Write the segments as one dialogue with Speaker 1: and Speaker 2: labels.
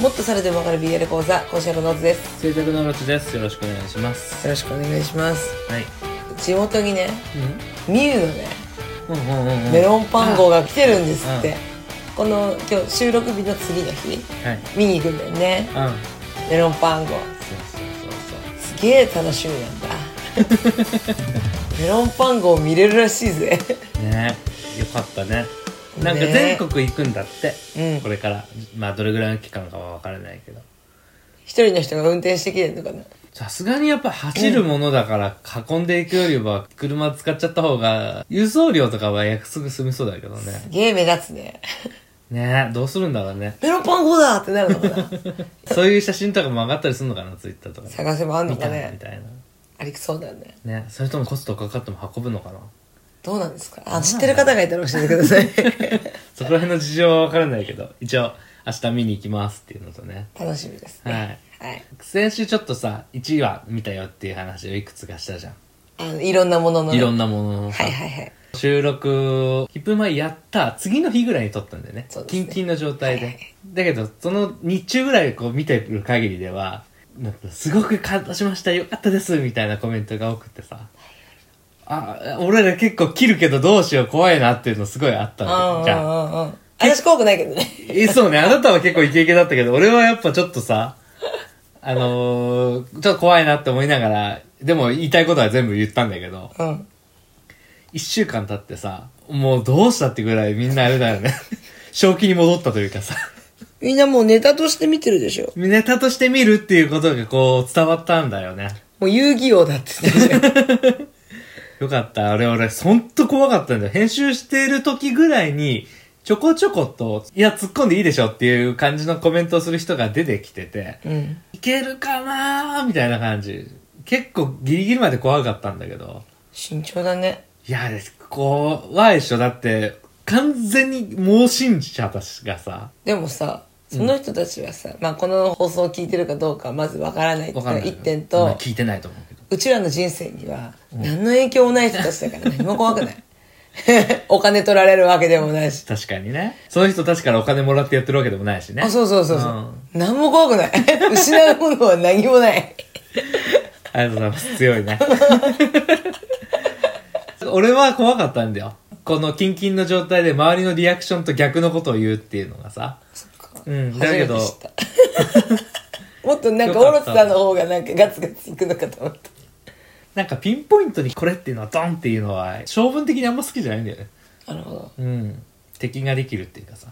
Speaker 1: もっと猿でもわかる BL 講座今週のノーズです
Speaker 2: 静寂のロチです。よろしくお願いします。
Speaker 1: よろしくお願いします
Speaker 2: はい。
Speaker 1: 地元にねミュウのね
Speaker 2: うんうんうんうん。
Speaker 1: メロンパン号が来てるんですって
Speaker 2: う
Speaker 1: この今日収録日の次の日
Speaker 2: はい。
Speaker 1: 見に行くんだよね
Speaker 2: うん。
Speaker 1: メロンパン号
Speaker 2: そうそうそう
Speaker 1: すげえ楽しみなんだ メロンパン号見れるらしいぜ
Speaker 2: そう。ねえよかったね。なんか
Speaker 1: ねえ
Speaker 2: 全国行くんだって。
Speaker 1: うん
Speaker 2: これから。まあどれぐらいの期間かはわからないけど。
Speaker 1: 一人の人が運転してきてるのかな
Speaker 2: さすがにやっぱ走るものだから運んでいくよりは車使っちゃった方が輸送料とかは約束済みそうだけどね。
Speaker 1: すげえ目立つね
Speaker 2: ねえどうするんだろうね。
Speaker 1: メロンパン号だってなるのかな
Speaker 2: そういう写真とかも上がったりするのかな、ツイッターとかで。
Speaker 1: 探せばあんの
Speaker 2: 見
Speaker 1: か
Speaker 2: たみ
Speaker 1: ね
Speaker 2: たいな。
Speaker 1: あり そうだよね
Speaker 2: ねそれともコストかかっても運ぶのかな
Speaker 1: どうなんですかあ知ってる方がいたら教えてください
Speaker 2: そこら辺の事情は分からないけど、一応、明日見に行きますっていうのとね。
Speaker 1: 楽しみです
Speaker 2: は
Speaker 1: ね
Speaker 2: い。
Speaker 1: はい
Speaker 2: 先週ちょっとさ、1話見たよっていう話をいくつかしたじゃん。
Speaker 1: あのいろんなものの
Speaker 2: いろん
Speaker 1: な
Speaker 2: なもののさ
Speaker 1: はいはいはい
Speaker 2: 収録を、1分前やった、次の日ぐらいに撮ったんだよね。
Speaker 1: そうです
Speaker 2: キ
Speaker 1: ね
Speaker 2: ンキンの状態で。
Speaker 1: はいはい
Speaker 2: だけど、その日中ぐらいこう見てる限りでは、なんかすごく感動しました、よかったです、みたいなコメントが多くてさ。あ、俺ら結構切るけどどうしよう怖いなっていうのすごいあったわけじゃん。
Speaker 1: うんうんうんうん私怖くないけどね
Speaker 2: え、そうね。あなたは結構イケイケだったけど、俺はやっぱちょっとさ、あのー、ちょっと怖いなって思いながら、でも言いたいことは全部言ったんだけど、
Speaker 1: うん
Speaker 2: 一週間経ってさ、もうどうしたってぐらいみんなあれだよね。 正気に戻ったというかさ、
Speaker 1: みんなもうネタとして見てるでしょ
Speaker 2: ネタとして見るっていうことがこう伝わったんだよね。
Speaker 1: もう遊戯王だって言ってるじゃん
Speaker 2: よかった。俺、俺、ほんと怖かったんだよ。編集してる時ぐらいに、ちょこちょこと、いや、突っ込んでいいでしょっていう感じのコメントをする人が出てきてて、
Speaker 1: うん
Speaker 2: いけるかなーみたいな感じ。結構ギリギリまで怖かったんだけど。
Speaker 1: 慎重だね
Speaker 2: いや、怖いっしょ。だって、完全に盲信者たちがさ、
Speaker 1: でもさその人たちはさ、まあこの放送を聞いてるかどうかまずわからないってい
Speaker 2: わ
Speaker 1: う
Speaker 2: かんない。
Speaker 1: 一点
Speaker 2: ま
Speaker 1: と
Speaker 2: あ聞いてないと思うけど。
Speaker 1: うちらの人生には何の影響もない人たちだ から何も怖くない お金取られるわけでもないし
Speaker 2: 確かにね。その人たちからお金もらってやってるわけでもないしね。
Speaker 1: あ、そうそうそうそう、
Speaker 2: ん
Speaker 1: 何も怖くない。 失うものは何もない。
Speaker 2: ありがとうございます。強いね。 俺は怖かったんだよ。このキンキンの状態で周りのリアクションと逆のことを言うっていうのがさ。うんだけど
Speaker 1: 初めて知った。もっとなんか、オロチさんの方がなんかガツガツいくのかと思った。
Speaker 2: なんかピンポイントにこれっていうのはドンっていうのは、性分的にあんま好きじゃないんだよね。
Speaker 1: なるほど。
Speaker 2: うん。敵ができるっていうかさ。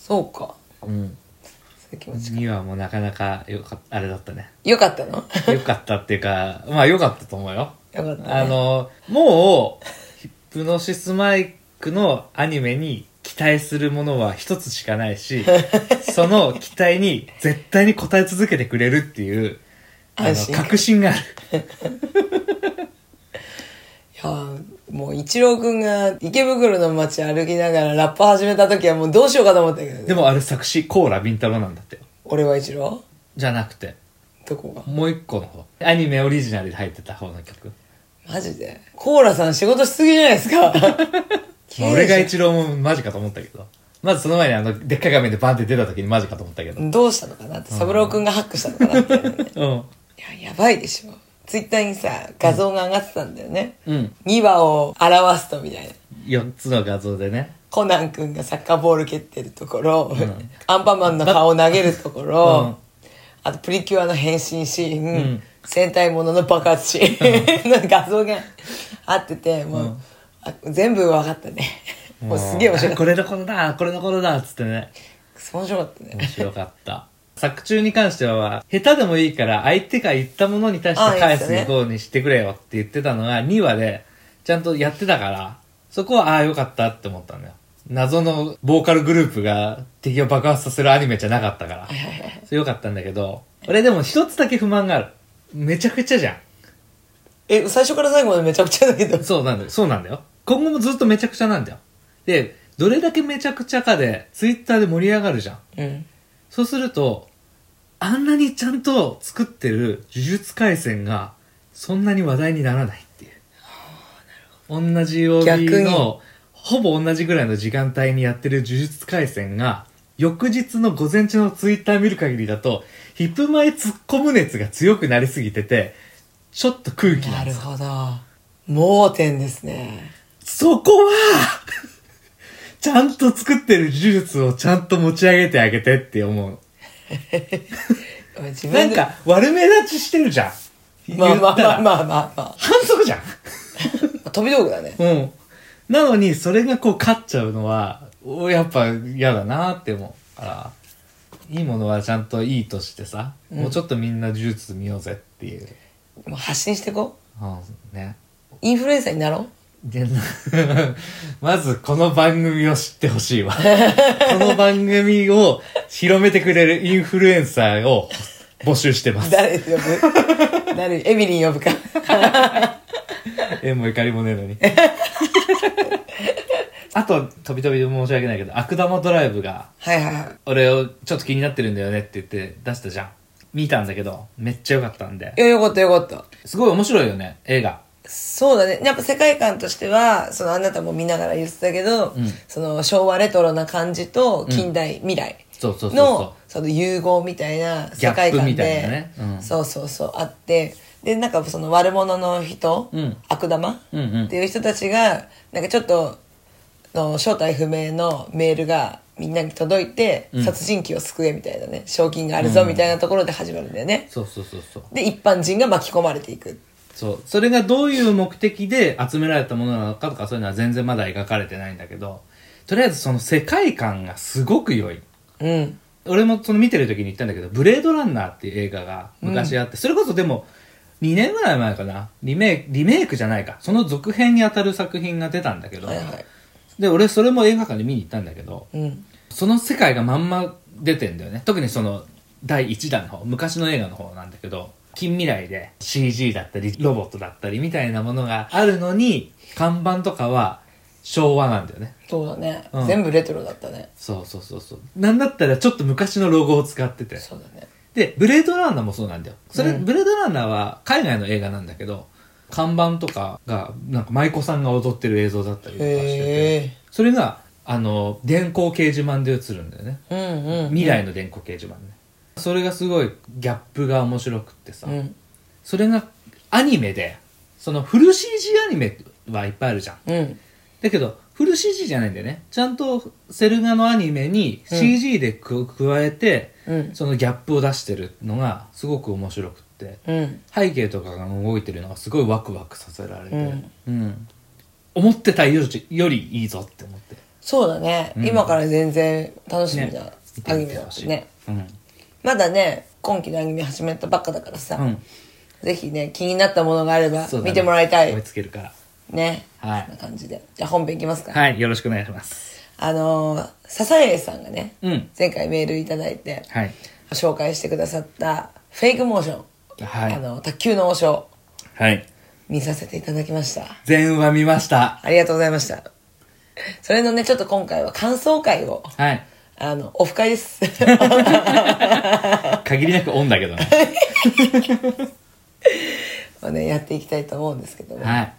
Speaker 1: そうか。
Speaker 2: うん。
Speaker 1: そういう気持ち。
Speaker 2: にはもうなかなかよかあれだったね。
Speaker 1: よかったのよ
Speaker 2: よかったっていうか、 まあよかったと思うよ。
Speaker 1: かった、ね。
Speaker 2: あ、の、もう、ヒップノシスマイクのアニメに期待するものは一つしかない し、その期待に絶対に応え続けてくれるっていう、あの
Speaker 1: 安、心感
Speaker 2: 確信がある。
Speaker 1: いやーもう、一郎くんが池袋の街歩きながらラップ始めた時はもうどうしようかと思ったけどね。
Speaker 2: でもあれ作詞、コーラビンタロなんだってよ。
Speaker 1: 俺は一郎
Speaker 2: じゃなくて、
Speaker 1: どこが
Speaker 2: もう一個の方。アニメオリジナルで入ってた方の曲。
Speaker 1: マジで。コーラさん仕事しすぎじゃないですか。
Speaker 2: まあ 俺が一郎もマジかと思ったけど。まずその前にあの、でっかい画面でバンって出た時にマジかと思ったけど。
Speaker 1: どうしたのかなって、三郎くんがハックしたのかなって、
Speaker 2: うん。
Speaker 1: いや、やばいでしょ。ツイッターにさ、画像が上がってたんだよね。
Speaker 2: うん。
Speaker 1: 2話を表すとみたいな。
Speaker 2: 4つの画像でね。
Speaker 1: コナン君がサッカーボール蹴ってるところ、アンパンマンの顔を投げるところ、あとプリキュアの変身シーン、戦隊ものの爆発シーンの画像があってて、もう、あ全部分かったね。もうすげえ面白かっ
Speaker 2: これのことだ、これのことだ、つってね。
Speaker 1: た。面白かったね。
Speaker 2: 面白かった。作中に関しては、下手でもいいから、相手が言ったものに対して返すようにしてくれよって言ってたのが、2話で、ちゃんとやってたから、そこは、ああ、よかったって思ったんだよ。謎のボーカルグループが敵を爆発させるアニメじゃなかったから、それよかったんだけど、俺でも一つだけ不満がある。めちゃくちゃじゃ
Speaker 1: え、最初から最後までめちゃくちゃだけど
Speaker 2: ん。、そうなんだよ。そうなんだよ。今後もずっとめちゃくちゃなんだよ。で、どれだけめちゃくちゃかで、ツイッターで盛り上がるじゃん。
Speaker 1: うん。
Speaker 2: そうすると、あんなにちゃんと作ってる呪術廻戦が、そんなに話題にならないっていう。同じ曜日
Speaker 1: 逆に
Speaker 2: の、ほぼ同じぐらいの時間帯にやってる呪術廻戦が、翌日の午前中のツイッター見る限りだと、ヒップ前突っ込む熱が強くなりすぎてて、ちょっと空気な
Speaker 1: なん
Speaker 2: で
Speaker 1: る
Speaker 2: すよ。
Speaker 1: ほど。盲点ですね。
Speaker 2: そこは、 ちゃんと作ってる技術をちゃんと持ち上げてあげてって思う。
Speaker 1: 自
Speaker 2: な
Speaker 1: 分
Speaker 2: ん
Speaker 1: で。
Speaker 2: か、悪目立ちしてるじゃん。
Speaker 1: まあま
Speaker 2: 言
Speaker 1: あ
Speaker 2: った
Speaker 1: まあ
Speaker 2: ら
Speaker 1: まあまあま
Speaker 2: 反則じゃん。
Speaker 1: あ。飛び道具だね。
Speaker 2: うん。なのに、それがこう勝っちゃうのは、おやっぱ嫌だなって思うから、いいものはちゃんといいとしてさ、もうちょっとみんな呪術見ようぜっていう。
Speaker 1: もう発信していこ
Speaker 2: うん、ね。
Speaker 1: う。インフルエンサーになろう。
Speaker 2: で、 なまずこの番組を知って ほしいわ。この番組を広めてくれるインフルエンサーを募集してます。
Speaker 1: 誰 呼ぶ誰エミリン呼ぶか。
Speaker 2: 縁も怒りもねえのに。あと、飛び飛びで申し訳ないけど、悪玉ドライブが、
Speaker 1: はいはいはい。
Speaker 2: 俺をちょっと気になってるんだよねって言って出したじゃん。見たんだけど、めっちゃ良かったんで
Speaker 1: い。や、よかったよかった。
Speaker 2: すごい面白いよね、映画。
Speaker 1: そうだね。やっぱ世界観としては、そのあなたも見ながら言ってたけど、その昭和レトロな感じと近代、未来
Speaker 2: そうそうそうそう
Speaker 1: のその融合みたいな
Speaker 2: ギ
Speaker 1: 世
Speaker 2: ャップ
Speaker 1: 界観で、
Speaker 2: みたいなねうん
Speaker 1: そうそうそうあって、で、なんかその悪者の人、
Speaker 2: うん
Speaker 1: 悪玉っ
Speaker 2: うんうん
Speaker 1: ていう人たちが、なんかちょっと、の正体不明のメールがみんなに届いて、殺人鬼を救えみたいなね、賞金があるぞみたいなところで始まるんだよね。
Speaker 2: そうそうそうそう。
Speaker 1: で、一般人が巻き込まれていく。
Speaker 2: そう。それがどういう目的で集められたものなのかとかそういうのは全然まだ描かれてないんだけど、とりあえずその世界観がすごく良い。
Speaker 1: うん。
Speaker 2: 俺もその見てる時に言ったんだけど、ブレードランナーっていう映画が昔あって、それこそでも2年ぐらい前かな。リメイク、リメイクじゃないか。その続編に当たる作品が出たんだけど、
Speaker 1: はいはい。
Speaker 2: で、俺それも映画館で見に行ったんだけど、
Speaker 1: うん。
Speaker 2: その世界がまんま出てんだよね。特にその第1弾の方、昔の映画の方なんだけど、近未来で CG だったり、ロボットだったりみたいなものがあるのに、看板とかは昭和なんだよね。
Speaker 1: そうだね、
Speaker 2: うん
Speaker 1: 全部レトロだったね
Speaker 2: そうそうそうそう。なんだったらちょっと昔のロゴを使ってて。
Speaker 1: そうだね
Speaker 2: で、ブレードランナーもそうなんだよ。それ、
Speaker 1: うん
Speaker 2: ブレードランナーは海外の映画なんだけど、看板とかが、なんか舞妓さんが踊ってる映像だったりとかし
Speaker 1: へ
Speaker 2: てて、
Speaker 1: え
Speaker 2: それが、あの、電光掲示板で映るんだよね。
Speaker 1: うんうん
Speaker 2: 未来の電光掲示板ね。それがすごいギャップが面白くってさ、
Speaker 1: うん
Speaker 2: それがアニメで、そのフル CG アニメはいっぱいあるじゃん。
Speaker 1: うん
Speaker 2: だけど、フル CG じゃないんだよね。ちゃんとセルガのアニメに CG でく加えて、
Speaker 1: うん
Speaker 2: そのギャップを出してるのがすごく面白くって、
Speaker 1: うん
Speaker 2: 背景とかが動いてるのがすごいワクワクさせられて、
Speaker 1: うん
Speaker 2: うん思ってたよりよりいいぞって思って。
Speaker 1: そうだね、今から全然楽しみな
Speaker 2: 見て
Speaker 1: アニメ
Speaker 2: みて
Speaker 1: だ
Speaker 2: ほ
Speaker 1: っ
Speaker 2: しい。
Speaker 1: てね
Speaker 2: うん。
Speaker 1: まだね今期のアニメ始めたばっかだからさ、
Speaker 2: うん。
Speaker 1: ぜひね気になったものがあれば
Speaker 2: そうだね
Speaker 1: 見てもらいたい
Speaker 2: 追い
Speaker 1: ね
Speaker 2: つけるから。はい
Speaker 1: そんな感じでじゃあ本編いきますか、
Speaker 2: はい、よろしくお願いします。
Speaker 1: あのー笹江さんがね、
Speaker 2: うん
Speaker 1: 前回メールいただいて、
Speaker 2: はい。
Speaker 1: 紹介してくださったフェイクモーション、
Speaker 2: はい
Speaker 1: あの卓球の王将
Speaker 2: はい。
Speaker 1: 見させていただきました
Speaker 2: 全話見ました。
Speaker 1: ありがとうございました。それのね、ちょっと今回は感想会を、
Speaker 2: はい。
Speaker 1: あの、オフ会です。
Speaker 2: 限りなくオンだけどね。
Speaker 1: をね、やっていきたいと思うんですけども、
Speaker 2: はい。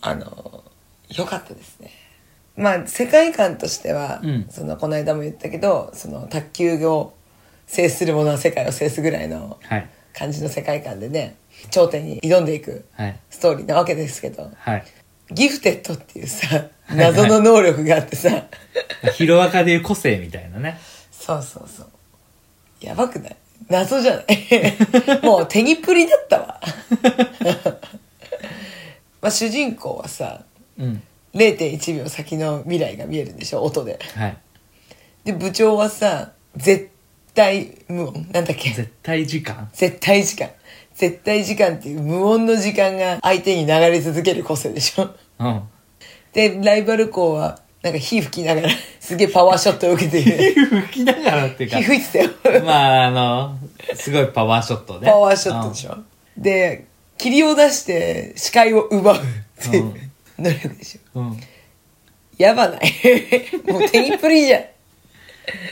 Speaker 1: あの、良かったですね。まあ、世界観としては、
Speaker 2: うん
Speaker 1: その、この間も言ったけど、その、卓球を制する者は世界を制すぐらいの
Speaker 2: はい。
Speaker 1: 感じの世界観でね、頂点に挑んでいく
Speaker 2: はい。
Speaker 1: ストーリーなわけですけど、
Speaker 2: はい。
Speaker 1: ギフテッドっていうさ、謎の能力があってさ、
Speaker 2: ヒロアカでいう個性みたいなね。
Speaker 1: そうそうそう。やばくない謎じゃない もう手にプリだったわ。 まあ主人公はさ、
Speaker 2: うん。
Speaker 1: 0.1秒先の未来が見えるんでしょ音で。
Speaker 2: はい。
Speaker 1: で、部長はさ、絶対無音。なんだっけ
Speaker 2: 絶対時間。
Speaker 1: 絶対時間。絶対時間っていう無音の時間が相手に流れ続ける個性でしょ
Speaker 2: うん。
Speaker 1: で、ライバル校は、なんか火吹きながら、すげえパワーショットを受けてい る。
Speaker 2: 吹きながらっていうか
Speaker 1: 火。吹いてたよ。
Speaker 2: まあ、あの、すごいパワーショットね。
Speaker 1: パワーショットでし
Speaker 2: ょ。
Speaker 1: ょ、で霧を出して視界を奪うっていう能力でしょ
Speaker 2: うん。
Speaker 1: やばない もう手にプリじゃん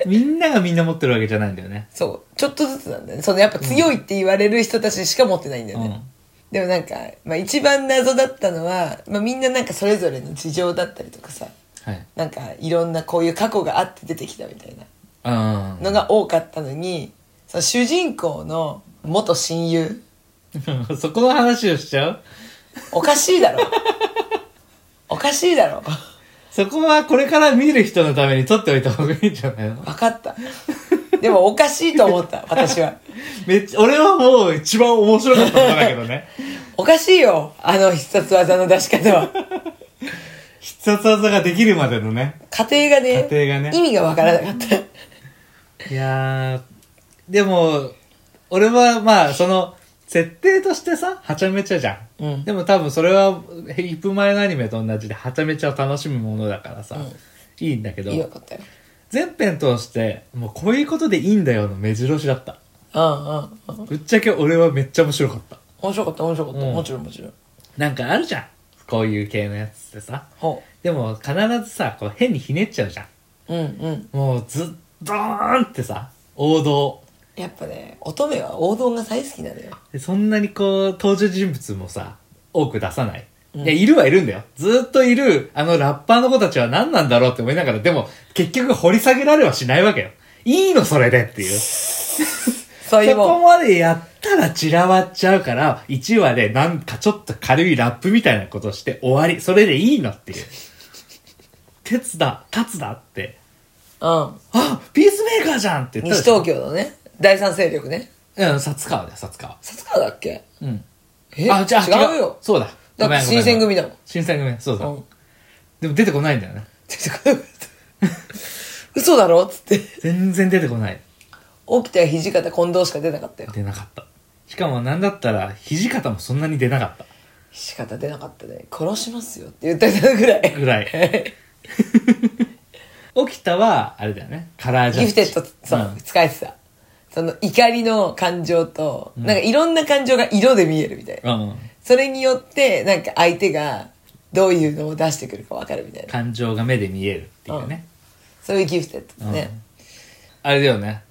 Speaker 2: みんながみんな持ってるわけじゃないんだよね。
Speaker 1: そうちょっとずつなんだよねそのやっぱ強いって言われる人たちしか持ってないんだよね、
Speaker 2: うん
Speaker 1: でもなんか、まあ、一番謎だったのは、まあ、みんななんかそれぞれの事情だったりとかさ
Speaker 2: はい。
Speaker 1: なんかいろんなこういう過去があって出てきたみたいな
Speaker 2: うん。
Speaker 1: のが多かったのに、その主人公の元親友、
Speaker 2: そこの話をしちゃう
Speaker 1: おかしいだろ。 おかしいだろ。
Speaker 2: そこはこれから見る人のために撮っておいた方がいいんじゃないの
Speaker 1: 分かった。でもおかしいと思 った、私は。
Speaker 2: めっちゃ、俺はもう一番面白かったんだけどね。
Speaker 1: おかしいよ、あの必殺技の出し方は。
Speaker 2: 必殺技ができるまでのね。
Speaker 1: 家庭がね、
Speaker 2: 家庭がね
Speaker 1: 意味が分からなかった。
Speaker 2: いやー、でも、俺はまあ、その、設定としてさ、はちゃめちゃじゃん。
Speaker 1: うん
Speaker 2: でも多分それは、一分前のアニメと同じで、はちゃめちゃを楽しむものだからさ、いいんだけど
Speaker 1: いい、よかったよ。
Speaker 2: 全編通して、もうこういうことでいいんだよの目白押しだった。
Speaker 1: うんうんうん。
Speaker 2: ぶっちゃけ俺はめっちゃ面白かった。
Speaker 1: 面白かった、面白かった。
Speaker 2: うん
Speaker 1: もちろんもちろん。
Speaker 2: なんかあるじゃん。こういう系のやつってさ。
Speaker 1: ほ
Speaker 2: でも必ずさ、こう変にひねっちゃうじゃん。
Speaker 1: う。うんうん。
Speaker 2: もうずっドーンってさ、王道。
Speaker 1: やっぱね、乙女は王道が大好きなのよ。
Speaker 2: でそんなにこう、登場人物もさ、多く出さない。いや、いるはいるんだよ。ずっといる、あのラッパーの子たちは何なんだろうって思いながら、でも、結局掘り下げられはしないわけよ。いいのそれでっていう。
Speaker 1: そういう
Speaker 2: そこ
Speaker 1: もん。
Speaker 2: までやったら散らばっちゃうから、1話でなんかちょっと軽いラップみたいなことして終わり。それでいいのっていう。鉄だ、勝つだって。
Speaker 1: う
Speaker 2: あ、ピースメーカーじゃんって
Speaker 1: ん。
Speaker 2: 言った
Speaker 1: 西
Speaker 2: でしょ
Speaker 1: 東京のね、第三勢力ね。
Speaker 2: うん、札川だよ、札川。
Speaker 1: 薩川だっけ
Speaker 2: うん。
Speaker 1: え
Speaker 2: あ、じゃあ
Speaker 1: 違うよ。
Speaker 2: そうだ。
Speaker 1: だって新選組だもん。
Speaker 2: 新選組、そうだ。
Speaker 1: うん。
Speaker 2: でも出てこないんだよね。
Speaker 1: 出てこなかった。嘘だろっつって。
Speaker 2: 全然出てこない。
Speaker 1: 沖田土方近藤しか出なかったよ。
Speaker 2: 出なかった。しかもなんだったら、土方もそんなに出なかっ
Speaker 1: 土方出なかったね。殺しますよって言ってたぐら
Speaker 2: た。ぐ
Speaker 1: い。
Speaker 2: らい。 沖田は、あれだよね。カラージャッ
Speaker 1: ギ
Speaker 2: ジ。
Speaker 1: フテッドさ、
Speaker 2: うん
Speaker 1: 使えてた。その怒りの感情と、なんかいろんな感情が色で見えるみたいな。
Speaker 2: うん。
Speaker 1: それによって、なんか相手がどういうのを出してくるかわかるみたいな。
Speaker 2: 感情が目で見えるっていうね。
Speaker 1: そういうギフテッドだね。
Speaker 2: あれだよね。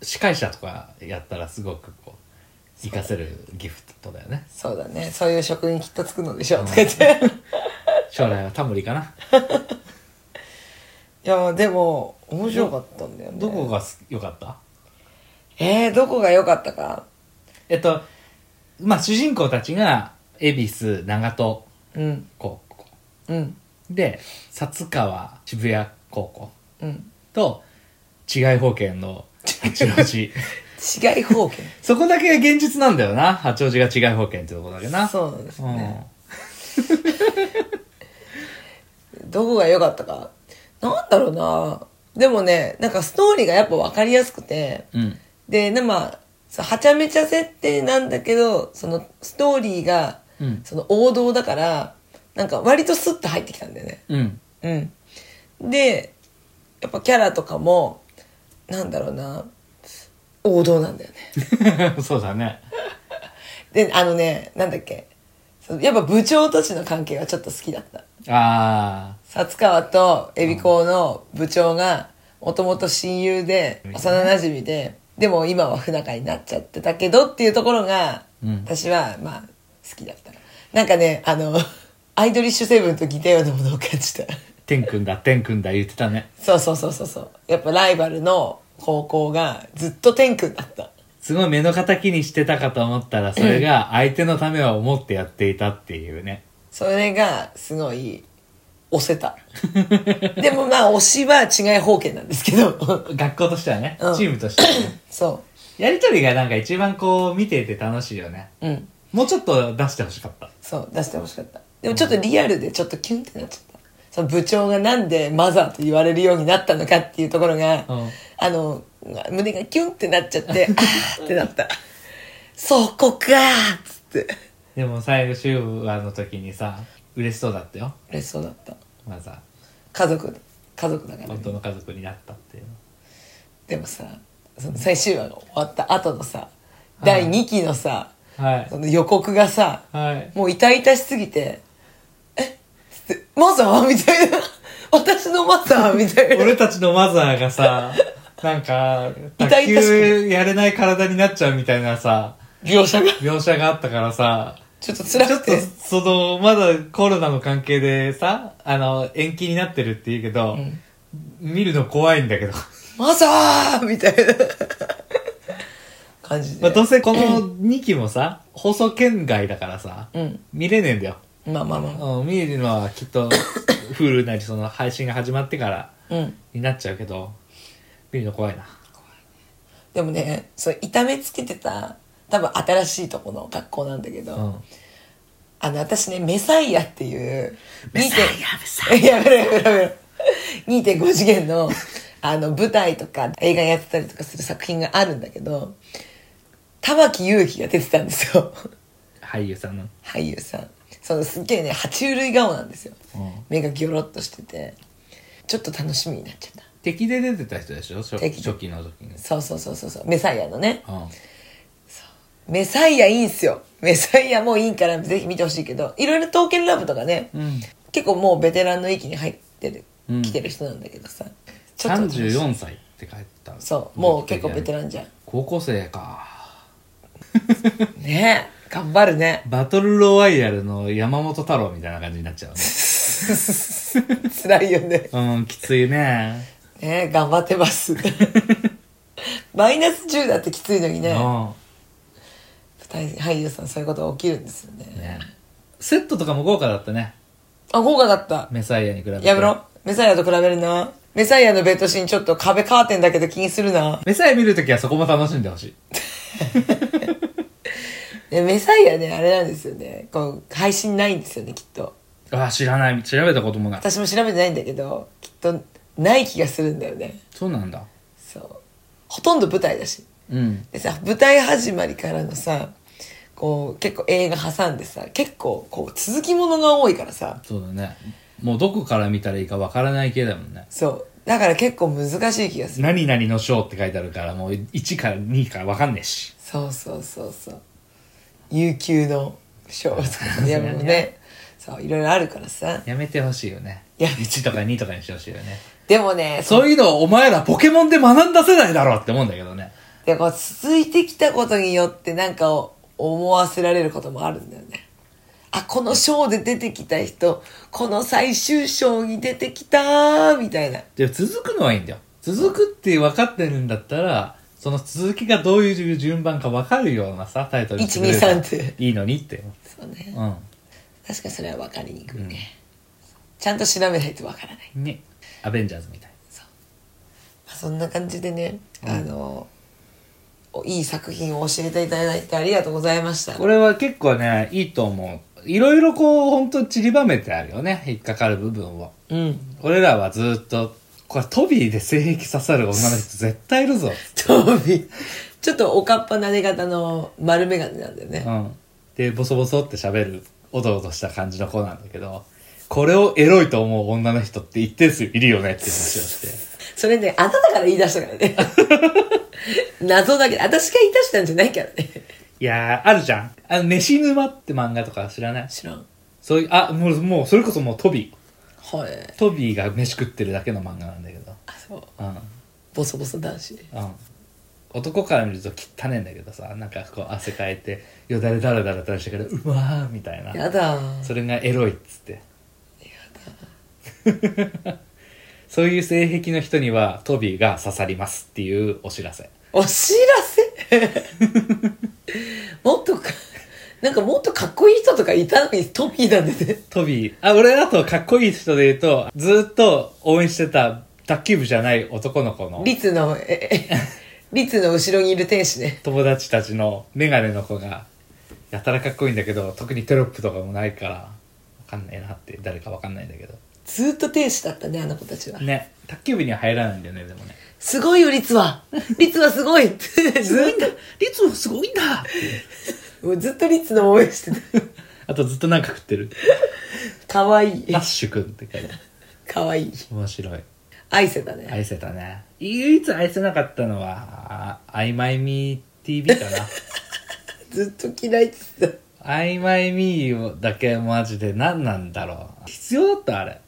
Speaker 2: 司会者とかやったらすごくこう、活かせるギフトだよね。
Speaker 1: そうだね。そういう職にきっとつくのでしょう。とか言って。
Speaker 2: 将来はタモリかな。
Speaker 1: いや、でも、面白かったんだよね。
Speaker 2: どこがす良かった
Speaker 1: えー、どこが良かったか。
Speaker 2: えっと、まあ、主人公たちが、恵比寿、長門
Speaker 1: うん、
Speaker 2: 高校。
Speaker 1: うん、
Speaker 2: で、薩川、渋谷高校
Speaker 1: うん。
Speaker 2: と、違い保険の八 王子。
Speaker 1: 違い方形。
Speaker 2: そこだけ現実なんだよな。八王子が違い保険ってとこだけな。
Speaker 1: そうなんです
Speaker 2: ん
Speaker 1: ね。どこが良かったか。なんだろうな。でもね、なんかストーリーがやっぱ分かりやすくて、
Speaker 2: うん。
Speaker 1: で、なまあ、そうはちゃめちゃ設定なんだけど、そのストーリーが、
Speaker 2: うん
Speaker 1: その王道だから、なんか割とスッと入ってきたんだよね。
Speaker 2: うん。
Speaker 1: うん。で、やっぱキャラとかも、なんだろうな、王道なんだよね。
Speaker 2: そうだね。
Speaker 1: で、あのね、なんだっけ。そのやっぱ部長たちの関係がちょっと好きだった。
Speaker 2: あ
Speaker 1: 薩川と海老高の部長が、もともと親友で、
Speaker 2: うん
Speaker 1: 幼馴染で、でも今は不仲になっちゃってたけどっていうところが、
Speaker 2: うん
Speaker 1: 私は、まあ、好きだった。なんかね、あの、 アイドリッシュセブンと似たようなものを感じた。
Speaker 2: ー、天君だ、天君だ言ってたね。
Speaker 1: そうそうそうそうそう。やっぱライバルの高校がずっと天君だった。
Speaker 2: すごい目の敵にしてたかと思ったら、それが相手のためは思ってやっていたっていうね。
Speaker 1: それがすごい押せ たでもまあ推しは違い方形なんですけど
Speaker 2: 学校としてはね、
Speaker 1: うん
Speaker 2: チームとして はね。
Speaker 1: そ
Speaker 2: やりとりがなんか一番こう見ていて楽しいよね。
Speaker 1: ううん
Speaker 2: もうちょっと出してほしかった。
Speaker 1: そう出してほしかったでもちょっとリアルでちょっとキュンってなっちゃったその部長がなんでマザーと言われるようになったのかっていうところが、
Speaker 2: うん
Speaker 1: あの胸がキュンってなっちゃって あーってなったそこかーっつって
Speaker 2: でも最後週話の時にさ、嬉しそうだったよ。
Speaker 1: 嬉しそうだった
Speaker 2: まずは、
Speaker 1: 家族家族だから、
Speaker 2: 本当の家族になったっていう。
Speaker 1: でもさその最終話が終わった後のさ第2期のさ、
Speaker 2: はい
Speaker 1: そ。の予告がさ、
Speaker 2: はい。
Speaker 1: もう痛々しすぎて、えつってマザーみたいな。 私のマザーみたいな。
Speaker 2: 俺たちのマザーがさ、なんか、
Speaker 1: 痛々しく
Speaker 2: 卓球やれない体になっちゃうみたいなさ、
Speaker 1: 描写が。
Speaker 2: 描写があったからさ、
Speaker 1: ちょっと
Speaker 2: ちょ
Speaker 1: 辛
Speaker 2: っ
Speaker 1: く
Speaker 2: と
Speaker 1: て。、
Speaker 2: その、まだコロナの関係でさ、あの、延期になってるって言うけど、見るの怖いんだけど。
Speaker 1: マザーみたいな感じ
Speaker 2: まあ、
Speaker 1: で。
Speaker 2: どうせこの2期もさ、放送圏外だからさ、
Speaker 1: うん。
Speaker 2: 見れねえんだよ。
Speaker 1: まあまあま
Speaker 2: うん、見るのはき っと、フルなりその配信が始まってから
Speaker 1: あ。うん。
Speaker 2: になっちゃうけど、見るの怖いな。
Speaker 1: でもね、それ痛めつけてた、多分新しいとこの学校なんだけど、
Speaker 2: うん。
Speaker 1: あの、私ね、メサイアっていう、
Speaker 2: メサイアメサ
Speaker 1: イア、やめろやめろやめろ。2.5次元の、あの、舞台とか映画やってたりとかする作品があるんだけど、玉木勇気が出てたんですよ。
Speaker 2: 俳優さんの。
Speaker 1: 俳優さん。そのすっげえね、爬虫類顔なんですよ。
Speaker 2: うん
Speaker 1: 目がギョロっとしてて、ちょっと楽しみになっちゃった。
Speaker 2: 敵で出てた人でしょ初
Speaker 1: 敵
Speaker 2: 初期の時に。
Speaker 1: そうそうそうそうそう、メサイアのね。
Speaker 2: うん。
Speaker 1: メサイアいいんすよ。メサイアもいいからぜひ見てほしいけど、いろいろ刀剣ラブとかね、
Speaker 2: うん
Speaker 1: 結構もうベテランの域に入ってる、
Speaker 2: うん
Speaker 1: 来てる人なんだけどさ。ちょっと
Speaker 2: 34歳って書いてた。
Speaker 1: そう、もう結構ベテ
Speaker 2: ン。
Speaker 1: ランじゃん。
Speaker 2: 高校生か。
Speaker 1: ねえ、頑張るね。
Speaker 2: バトルロワイヤルの山本太郎みたいな感じになっちゃうね。
Speaker 1: 辛いよね。
Speaker 2: うん、きついね。
Speaker 1: ねえ、頑張って ます。マイナス10だってきついのにね、
Speaker 2: う
Speaker 1: 大俳優さんそういうことが起きるんですよね。
Speaker 2: ん。ねセットとかも豪華だったね。
Speaker 1: あ、豪華だった。
Speaker 2: メサイアに比べて。
Speaker 1: やめろ。メサイアと比べるな。メサイアのベッドシーンちょっと壁カーテンだけど気にするな。
Speaker 2: メサイア見るときはそこも楽しんでほしい。
Speaker 1: ね、メサイアね、あれなんですよね。こう、配信ないんですよね、きっと。
Speaker 2: ああ、知らない。調べたこともない。
Speaker 1: 私も調べてないんだけど、きっと、ない気がするんだよね。
Speaker 2: そうなんだ。
Speaker 1: そう。ほとんど舞台だし。
Speaker 2: うん。
Speaker 1: でさ、舞台始まりからのさ、こう、結構映画挟んでさ、結構、こう、続きものが多いからさ、
Speaker 2: そうだね。もうどこから見たらいいかわからない系だもんね。
Speaker 1: そう。だから結構難しい気がする。
Speaker 2: 何々の章って書いてあるから、もう1から2からわかんねえし。
Speaker 1: そうそうそうそう。悠久のショーとか、やもうね、そう、いろいろあるからさ。
Speaker 2: やめてほしいよね。
Speaker 1: やめて
Speaker 2: 1とか2とかにしてほしいよね。
Speaker 1: でもね、
Speaker 2: そういうのをお前らポケモンで学んだ世代だろって思うんだけどね。
Speaker 1: でこう続いてきたことによってなんかを思わせられることもあるんだよねあこのショーで出てきた人この最終章に出てきたーみたいな
Speaker 2: で、続くのはいいんだよ。続くって分かってるんだったら、その続きがどういう順番か分かるようなさ、タイトルにしてくれれば
Speaker 1: 1 2 3って
Speaker 2: いいのにって思
Speaker 1: そうね
Speaker 2: う。
Speaker 1: 確かにそれは分かりにくいね、ちゃんと調べないと分からない、
Speaker 2: うん。ね。アベンジャーズみたい。
Speaker 1: まあ、そんな感じでね、あのおいい作品を教えていただいてありがとうございました
Speaker 2: これは結構ね、いいと思う。いろいろこう、ほんと散りばめてあるよね。引っかかる部分を。
Speaker 1: うん
Speaker 2: 俺らはずっと、これトビーで性癖刺さる女の人絶対いるぞ。
Speaker 1: トビーちょっとおかっぱなで方の丸眼鏡なんだよね、
Speaker 2: うん。で、ボソボソって喋る、おどおどした感じの子なんだけど、これをエロいと思う女の人って一定数いるよねって話をして。
Speaker 1: それね、あなたから言い出したからね。謎だけど、私が言い出したんじゃないからね。
Speaker 2: いやー、あるじゃん。あの、飯沼って漫画とか知らない
Speaker 1: 知らん。
Speaker 2: そういう、あ、もう、もう、それこそもうトビ
Speaker 1: はい。
Speaker 2: ー。トビーが飯食ってるだけの漫画なんだけど。
Speaker 1: あ、そう。
Speaker 2: うん。
Speaker 1: ボソボソ男子。
Speaker 2: うん、男から見ると汚ねえんだけどさなんかこう汗かいてよだれだらだら垂らしてからうわーみたいな
Speaker 1: やだ
Speaker 2: それがエロいっつってやだそういう性癖の人にはトビーが刺さりますっていうお知らせ
Speaker 1: お知らせ もっとか、なんかもっとかっこいい人とかいたのにトピーなんでね。
Speaker 2: トビーあ俺だとかっこいい人で言うとずーっと応援してた卓球部じゃない男の子の
Speaker 1: リツの、え、えリツの後ろにいる天使ね。
Speaker 2: 友達たちのメガネの子がやたらかっこいいんだけど特にテロップとかもないからわかんないなって誰かわかんないんだけど
Speaker 1: ずっと天使だったね、あの子たちは。
Speaker 2: ね卓球部には入らないんだよねでもね
Speaker 1: すごいよ、リツは。リツはすごいって。ずっ
Speaker 2: 率もすごいんだ
Speaker 1: と、もうずっとリツの応援してた。
Speaker 2: あとずっとなんか食ってる
Speaker 1: かわいい
Speaker 2: ラ。ッシュくんって書いてある
Speaker 1: かわいい。
Speaker 2: 面白い
Speaker 1: 愛せたね。
Speaker 2: 愛せたね唯一愛せなかったのはあ「あいまいみ TV」か な
Speaker 1: ずっと嫌いって言って
Speaker 2: 「あいまいみ」だけマジで何なんだろう必要だったあれ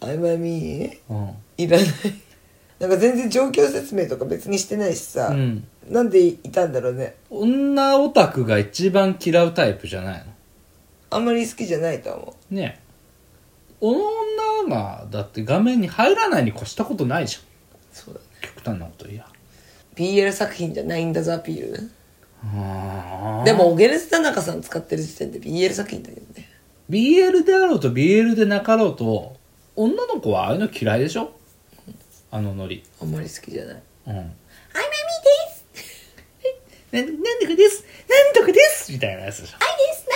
Speaker 1: た。I'm a me
Speaker 2: うん
Speaker 1: いらない。なんか全然状況説明とか別にしてないしさ、
Speaker 2: うん
Speaker 1: なんでいたんだろうね。
Speaker 2: 女オタクが一番嫌うタイプじゃないの
Speaker 1: あんまり好きじゃないと思
Speaker 2: ねえ女がだって画面に入らないに越したことないじゃん
Speaker 1: う。そうだね。
Speaker 2: 極端なこと言や。
Speaker 1: PL 作品じゃないんだぞアピール
Speaker 2: あ
Speaker 1: でもオゲレス田中さん使ってる時点で BL 作品だけどね
Speaker 2: BL であろうと BL でなかろうと、女の子はああいうの嫌いでしょあのノリ。
Speaker 1: あんまり好きじゃない
Speaker 2: うん。あいまみですな、なんとかですなんとかですみたいなやつでしょ。
Speaker 1: 「愛ですな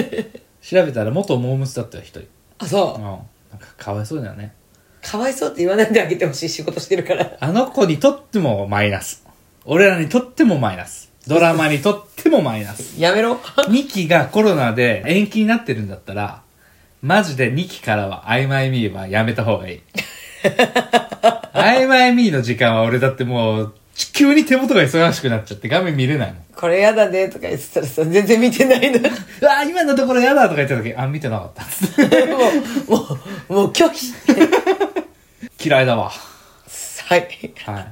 Speaker 1: いですみです愛まみです」って
Speaker 2: 調べたら元モームスだったよ、一人。うん。
Speaker 1: あそう、
Speaker 2: なんかかわいそうだよね。
Speaker 1: かわいそうって言わないであげてほしい仕事してるから
Speaker 2: あの子にとってもマイナス。俺らにとってもマイナス。ドラマにとってもマイナス。
Speaker 1: やめろ
Speaker 2: 2期がコロナで延期になってるんだったら、マジで2期からは曖昧ミーはやめた方がいい。曖昧ミーの時間は俺だってもう、急に手元が忙しくなっちゃって画面見れないもん。
Speaker 1: これやだねとか言ってたらさ全然見てないのも
Speaker 2: うわあ、今のところやだとか言ってた時、あ、見てなかったっつって。
Speaker 1: うもうもう拒否
Speaker 2: 嫌いだわ。
Speaker 1: はい
Speaker 2: はい。
Speaker 1: あ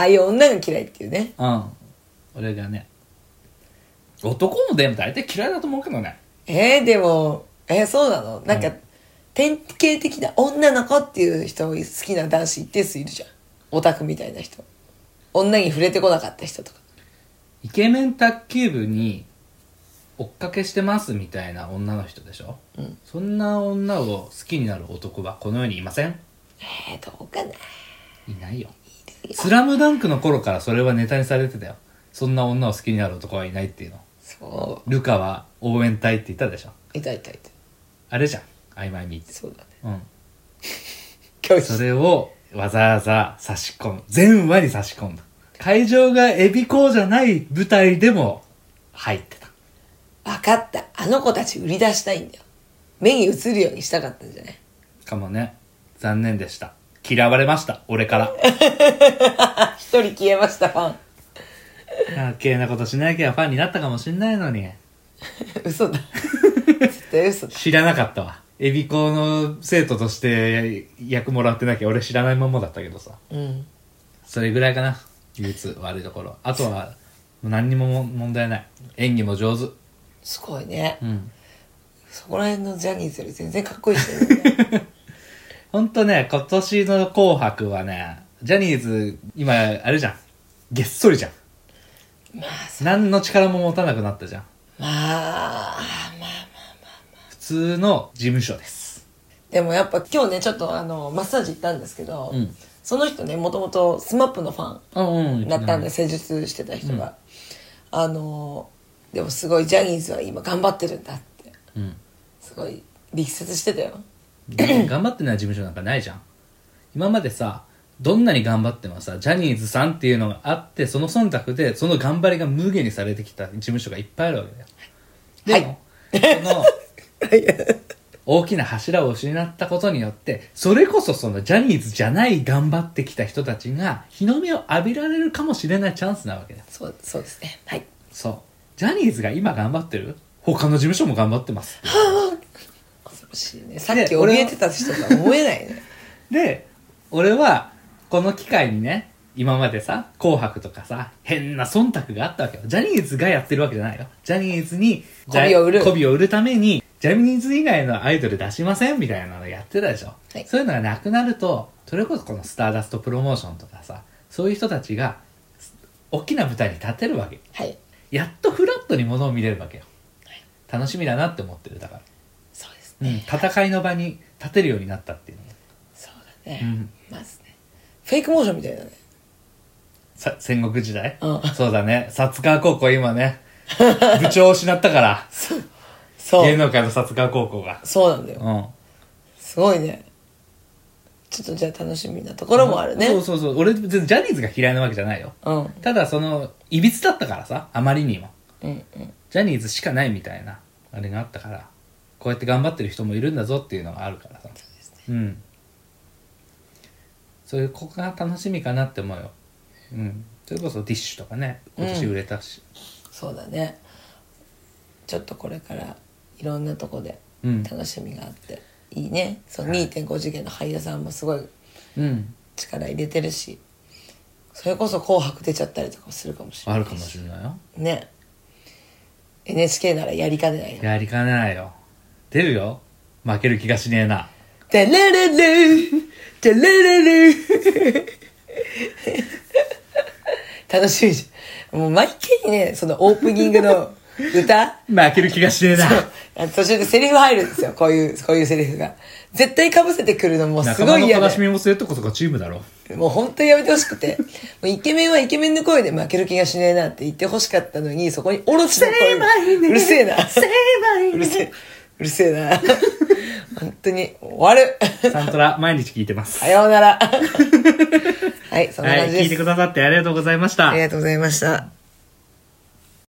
Speaker 1: あいう女が嫌いっていうね
Speaker 2: うん。俺がね。男もでも大体嫌いだと思うけどね。
Speaker 1: えー、でもえー、そうなのなんか、典型的な女の子っていう人好きな男子一定数いるじゃんオタクみたいな人女に触れてこなかった人とか
Speaker 2: イケメン卓球部に追っかけしてますみたいな女の人でしょ、そんな女を好きになる男はこの世にいません
Speaker 1: えー、どうかない
Speaker 2: ないよスラムダンクの頃からそれはネタにされてたよそんな女を好きになる男はいないっていうの
Speaker 1: そ
Speaker 2: ルカは応援隊って言ったでしょ
Speaker 1: う痛い痛い痛い
Speaker 2: あれじゃん曖昧にって
Speaker 1: そうだね
Speaker 2: うん
Speaker 1: 教
Speaker 2: そ
Speaker 1: 室
Speaker 2: れをわざわざ差し込む全話に差し込んだ会場がエビ校じゃない舞台でも入ってた
Speaker 1: 分かったあの子たち売り出したいんだよ目に映るようにしたかったんじゃない
Speaker 2: かもね残念でした嫌われました俺から
Speaker 1: あ一人消えましたファン
Speaker 2: 余計なことしなきゃファンになったかもしんないのに
Speaker 1: 嘘だ絶対嘘だ
Speaker 2: 知らなかったわエビ校の生徒として役もらってなきゃ俺知らないままだったけどさ
Speaker 1: うん
Speaker 2: それぐらいかな唯一悪いところあとはもう何にもも問題ない演技も上手
Speaker 1: すごいね、
Speaker 2: うん
Speaker 1: そこら辺のジャニーズより全然かっこいい人だよね
Speaker 2: ほんとね今年の「紅白」はねジャニーズ今あれじゃんげっそりじゃん
Speaker 1: まあそ
Speaker 2: 何の力も持たなくなったじゃん
Speaker 1: まあまあ
Speaker 2: 普通の事務所です
Speaker 1: でもやっぱ今日ねちょっとあのマッサージ行ったんですけど、
Speaker 2: うん
Speaker 1: その人ねもともと SMAP のファ
Speaker 2: うん
Speaker 1: ンだったんで施術してた人が、あのでもすごいジャニーズは今頑張ってるんだって
Speaker 2: うん
Speaker 1: すごい力説してたよ
Speaker 2: 頑張ってない事務所なんかないじゃん今までさどんなに頑張ってもさジャニーズさんっていうのがあってその忖度でその頑張りが無限にされてきた事務所がいっぱいあるわけだよでも、その大きな柱を失ったことによってそれこそそのジャニーズじゃない頑張ってきた人たちが日の目を浴びられるかもしれないチャンスなわけだよ
Speaker 1: そうそうですねはい
Speaker 2: そうジャニーズが今頑張ってる他の事務所も頑張ってます
Speaker 1: 恐ろしいねさっき怯えてた人とは思えないね
Speaker 2: で、俺は、この機会にね、今までさ、紅白とかさ、変な忖度があったわけよ。ジャニーズがやってるわけじゃないよ。ジャニーズに、
Speaker 1: 媚びを売る
Speaker 2: 媚を売るために、ジャニーズ以外のアイドル出しませんみたいなのやってたでしょ。
Speaker 1: はい
Speaker 2: そういうのがなくなると、それこそこのスターダストプロモーションとかさ、そういう人たちが、大きな舞台に立てるわけ。
Speaker 1: はい
Speaker 2: やっとフラットにものを見れるわけよ。楽しみだなって思ってる。だから、
Speaker 1: そうです
Speaker 2: うん、
Speaker 1: ね、
Speaker 2: 戦いの場に立てるようになったっていうのが
Speaker 1: そうだね、
Speaker 2: うん
Speaker 1: まずねフェイクモーションみたいだね
Speaker 2: さ戦国時代、
Speaker 1: うん
Speaker 2: そうだね。薩川高校今ね、 部長を失ったから、
Speaker 1: そ
Speaker 2: 芸
Speaker 1: う
Speaker 2: 能界の薩川高校が。
Speaker 1: そうなんだよ
Speaker 2: うん。
Speaker 1: すごいねちょっとじゃあ楽しみなところもあるね
Speaker 2: そうそうそう。俺、全然ジャニーズが嫌いなわけじゃないよ。
Speaker 1: うん
Speaker 2: ただ、その、いびつだったからさ、あまりにも。
Speaker 1: うん
Speaker 2: ジャニーズしかないみたいな、あれがあったから、こうやって頑張ってる人もいるんだぞっていうのがあるからさ。うん。そういう、ここが楽しみかなって思うよ。うん。それこそディッシュとかね、今年売れたし。
Speaker 1: そうだねちょっとこれからいろんなとこで
Speaker 2: うん
Speaker 1: 楽しみがあって、いいねそう2.5次元の俳優さんもすごい
Speaker 2: うん。
Speaker 1: 力入れてるしそれこそ「紅白」出ちゃったりとかもするかもしれ
Speaker 2: あ
Speaker 1: ない
Speaker 2: るかもしれないよ。
Speaker 1: ね NHK ならやりかねないよ
Speaker 2: やりかねないよ。出るよ。負ける気がしねえな。
Speaker 1: 「テレレレーてれれれ楽しいじゃん。もう毎回ね、そのオープニングの歌、
Speaker 2: 負ける気がしねえな。
Speaker 1: あ途中でセリフ入るんですよ。こういう、こういうセリフが。絶対被せてくるのもうす
Speaker 2: 仲
Speaker 1: ご
Speaker 2: 間
Speaker 1: い
Speaker 2: の
Speaker 1: 嫌
Speaker 2: 悲
Speaker 1: だ
Speaker 2: し。みもするとことがチームだろ。
Speaker 1: もう本当にやめてほしくて。もうイケメンはイケメンの声で負ける気がしねえなって言ってほしかったのに、そこにオロチの声が。うるせえな。うるせえ。うるせえな。本当に、終わる。
Speaker 2: サントラ、毎日聞いてます。
Speaker 1: さ
Speaker 2: は
Speaker 1: よう なら。はい、そんな感
Speaker 2: い、
Speaker 1: じです。
Speaker 2: 聞いてくださってありがとうございました
Speaker 1: あり。がとうございました。